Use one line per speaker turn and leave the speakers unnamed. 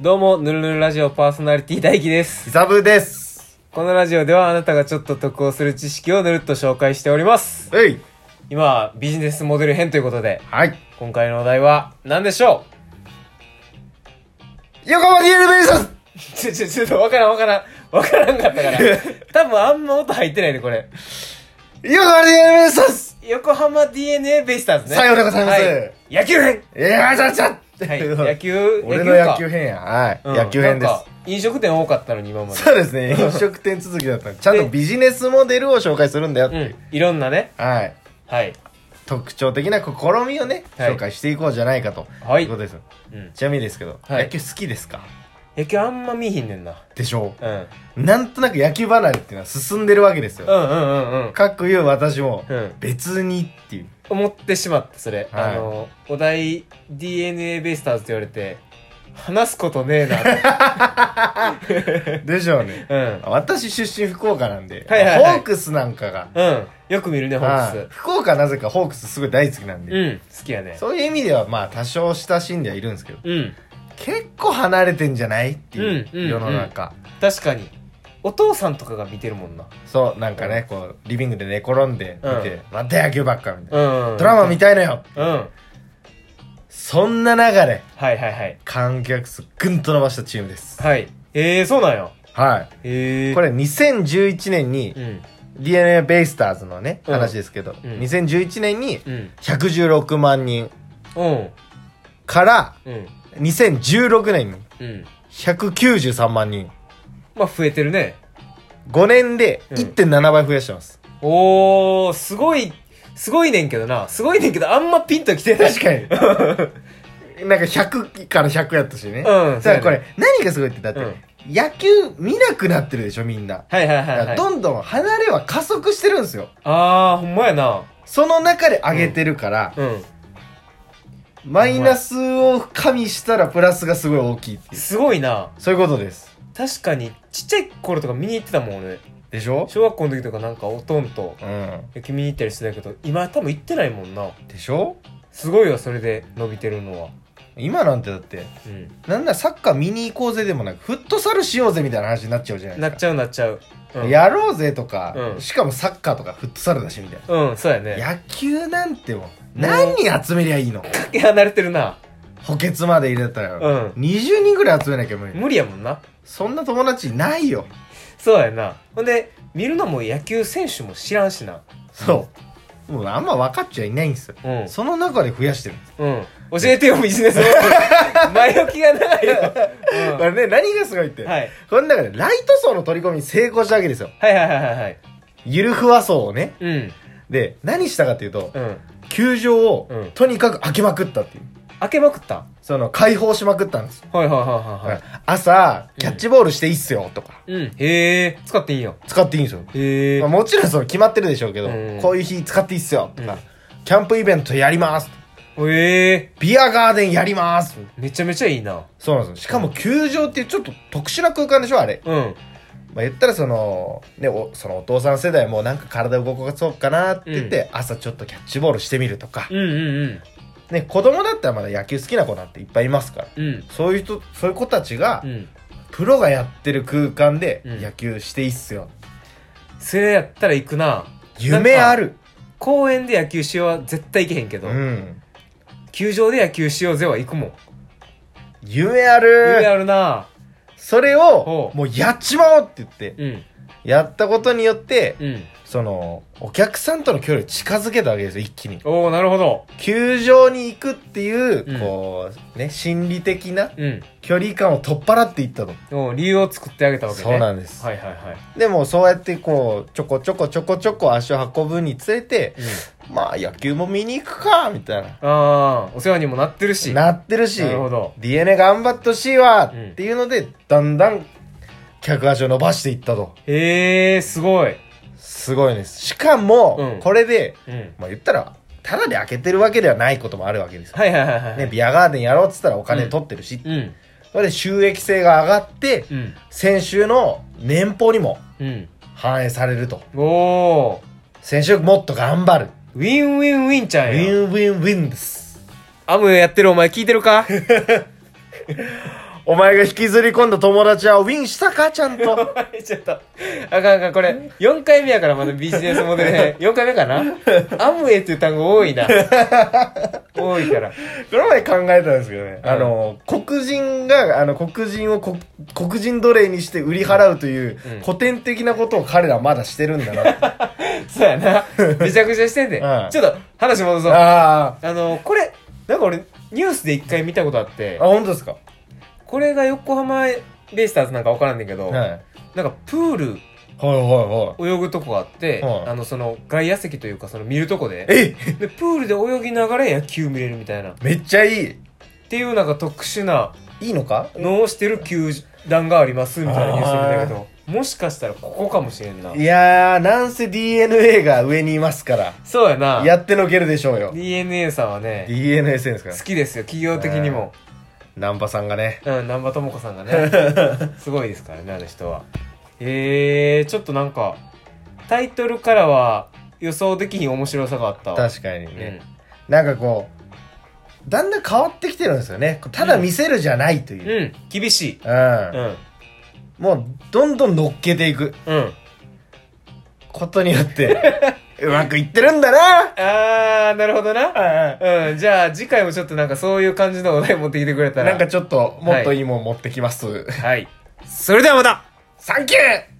どうも、ぬるぬるラジオパーソナリティ大輝です。
イザブです
このラジオではあなたがちょっと得をする知識をぬるっと紹介しております。
えい
今はビジネスモデル編ということで、
はい
今回のお題は何でしょ
横浜 DL ベイス
う ちょ、ちょ、ちょっとわからんわからん。わからんかった から。多分あんま音入ってないね、これ。
横浜 DL ベイス
横浜 DNA ベイスターズね。
さようでございます
はい、野球編
いやーちゃちゃ
はい、 野球、
俺の野球編やはい、
うん
野球編で
なんか
す
飲食店多かったのに今まで。
そうですね飲食店続きだったんでちゃんとビジネスモデルを紹介するんだよって
う
い
ん
う、。
いろんなね。
はい
はい。
特徴的な試みをね、
はい
紹介していこうじゃないかと、
はい
いうことです
うん。
ちなみにですけど、
はい
野球好きですか
野球あんま見ひんねんな。
でしょ
うん。
うなんとなく野球離れっていうのは進んでるわけです
う
よ、
んうんうんうん。
かっこいい私も、
うん
別にっていう
思ってしまった、それ。
は
あ
い
の、お題 DNA ベイスターズって言われて、話すことねえなって。
でしょ うね
うん。
私出身福岡なんで、
はいはいはい
ホークスなんかが、
うん。よく見るね、ホー
はい
ク
福岡なぜかホークスすごい大好きなん
ス。
で、
うん。好きやね。
そういう意味ではまあ多少親しんではいるんですけど
うん。
結構離れてんじゃないっていう、
うんうん
世の中、
確かに。お父さんとかが見てるもんな。
そうなんかねこうリビングで寝転んで見て、
うん
また野球ばっかみたいな、
うん。
ドラマ見たいのよ
うん。はい
そんな流れ
はいはい。
観客数ぐんと伸ばしたチームです
はい。えー、そうなんや。
は
え
い
ー。
これ2011年に
うん
d n a ベイスターズのね
うん
話ですけど、
うん
2011年に
うん。
116万人
うん。
から
うん。
2016年に
うん。
193万人
まあ、増えてるね。
5年で
うん
1.7倍増やして ます、
おー、すごい、すごいねんけどな。すごいねんけど、あんまピンときてない。
確かに なんか100から100やったしね、
うんそうや
さ
ね
あこれ何がすごいってだって、
う
野球見なくなってるでしょみんな、
はいはい
だ
は
か
い、は
ら
い。
どんどん離れは加速してるんですよ
あー、ほんまやな。
その中で上げてるから、
うん。
マイナスを加味したらプラスがすごい大きいっていう
すごいな。
そういうことです
確かに、ちっちゃい頃とか見に行ってたもん、俺。
でしょ
小学校の時とかなんか、おとんと
うん
野球見に行ったりしてたけど、今多分行ってないもんな。
でしょ
すごいわ、それで伸びてるのは。
今なんてだって
うん。
なんならサッカー見に行こうぜでもなくフットサルしようぜみたいな話になっちゃうじゃないです
な
か
っちゃうなっちゃう。うん。
やろうぜとか、
うん
しかもサッカーとかフットサルだしみたい
うん、そうやね。
な、野球なんてもう何人集めりゃいいの
かけ離れてるな。
補欠まで入れたら、
うん
20人ぐらい集めなきゃ無理、
無理やもんな。
そんな友達いないよ
そうやな。ほんで、見るのも野球選手も知らんしな。
そうもうあんま分かっちゃいないんですよ、
うん。
その中で増やしてるんです、
うん。教えてよ、ビジ ネスモデル前置きがないよ。 うん
これね何がすごいって、
はい
この中でライト層の取り込みに成功したわけですよ
はいはいはいはいはい。
ゆるふわ層をね
うん。
で何したかっていうと、
うん。
球場を
うん
とにかく開けまくったっていう
開けまくった
その開放しまくったんです
はいはいはいはいはい。
朝キャッチボールしていいっすよとか、
うん。へえ、使っていいよ。
使っていいんですよ、
へえ
まあ、。もちろんその決まってるでしょうけど、
うん
こういう日使っていいっすよとか、
うん
キャンプイベントやります
へえ。
ビアガーデンやります
めちゃめちゃいいな。
そうなんですよしかも球場ってちょっと特殊な空間でしょあれ、
うん。
まあ、言ったらその,、ね、おそのお父さん世代もなんか体動かそうかなって言って、朝ちょっとキャッチボールしてみるとか
う、んうん
ね、子供だったらまだ野球好きな子なんていっぱいいますから
うん。うん。
そういう人そういう子たちが、
うん。
プロがやってる空間で
うん
野球していいっすよ、
それやったら行くな。
夢あ
る。
る
公園で野球しようは絶対行けへんけど
う、ん
球場で野球しようぜは行くもん。
夢ある
夢あるな。
それ
ほ
を
う
もうやっちまおうって言って
うん。
やったことによって
うん。
そのお客さんとの距離を近づけたわけですよ一気に
おー、なるほど。
球場に行くっていう、
うん
こうね心理的な
うん。
距離感を取っ払っていったと
おー理由を作ってあげたわけね。
そうなんです、
はいはいはい。
でもそうやってこうちょこちょこちょこちょこ足を運ぶにつれて
うん。
まあ野球も見に行くかみたいな
ああ、お世話にもなってるし。
なってるし
なるほど
d n a 頑張ってほしいわ
うん
っていうので、だんだん客足を伸ばしていったと
へえ、すごい。
すごいですしかも、
うん
これで
うん。
まあ言ったら、ただで開けてるわけではないこともあるわけですよ。
はいはいはいはい。
ね、ビアガーデンやろうっつったらお金取ってるし、
うん。
それで収益性が上がって、
うん。
先週の年俸にも
うん。
反映されると。
おー。
先週もっと頑張る。
ウィンウィンウィンちゃ
ウ
んや。
ィンウィンウィンです。
アムやってるお前聞いてるか
お前が引きずり込んだ友達はウィンしたかちゃんと。
ちょっと、あかんあかん、これ、4回目やからまだビジネスモデル編。4回目かなアムウェイっていう単語多いな。多いから。
この前考えたんですけどね、あの黒人があの黒人をこ黒人奴隷にして売り払うという、
うん
古典的なことを彼らはまだしてるんだな って
そうやな。めちゃくちゃしてんで。
うん
ちょっと、話戻そう。あ
あ
の、これ、なんか俺、ニュースで一回見たことあって
ーあ、本当ですか
これが横浜ベイスターズなんかわからんねんけど、
はいはい
なんかプール
は
泳ぐとこがあって、
はい
あの、その外野席というか、その見るとこで
いはい、え
で、プールで泳ぎながら野球見れるみたいな。っ
めっちゃいい
ていうなんか特殊ない
いのか
のをしてる球団がありますみたいなニュース見たけど、もしかしたらここかもしれんな。
いやーなんせ DNA が上にいますから
そうやな。
やってのけるでしょうよ
DNA さんはね、
DNA 戦ですから
好きですよ、企業的にも。
難波さんが ね
うん、南波智子さんが ね、すごいですからね、あの人は。えー、ちょっとなんか、タイトルからは予想できひん面白さがあったわ。
確かに
うん
ね、なんかこうだんだん変わってきてるんですよねただ見せるじゃないという、
うん、厳しい。
うん
うん、
もうどんどん乗っけていく
うん。
ことによって うまくいってるんだな
あー、なるほどな。うん、じゃあ次回もちょっとなんかそういう感じのお題持ってきてくれたら。
なんかちょっともっといいもん持ってきます、
はい。それではまた
サンキュー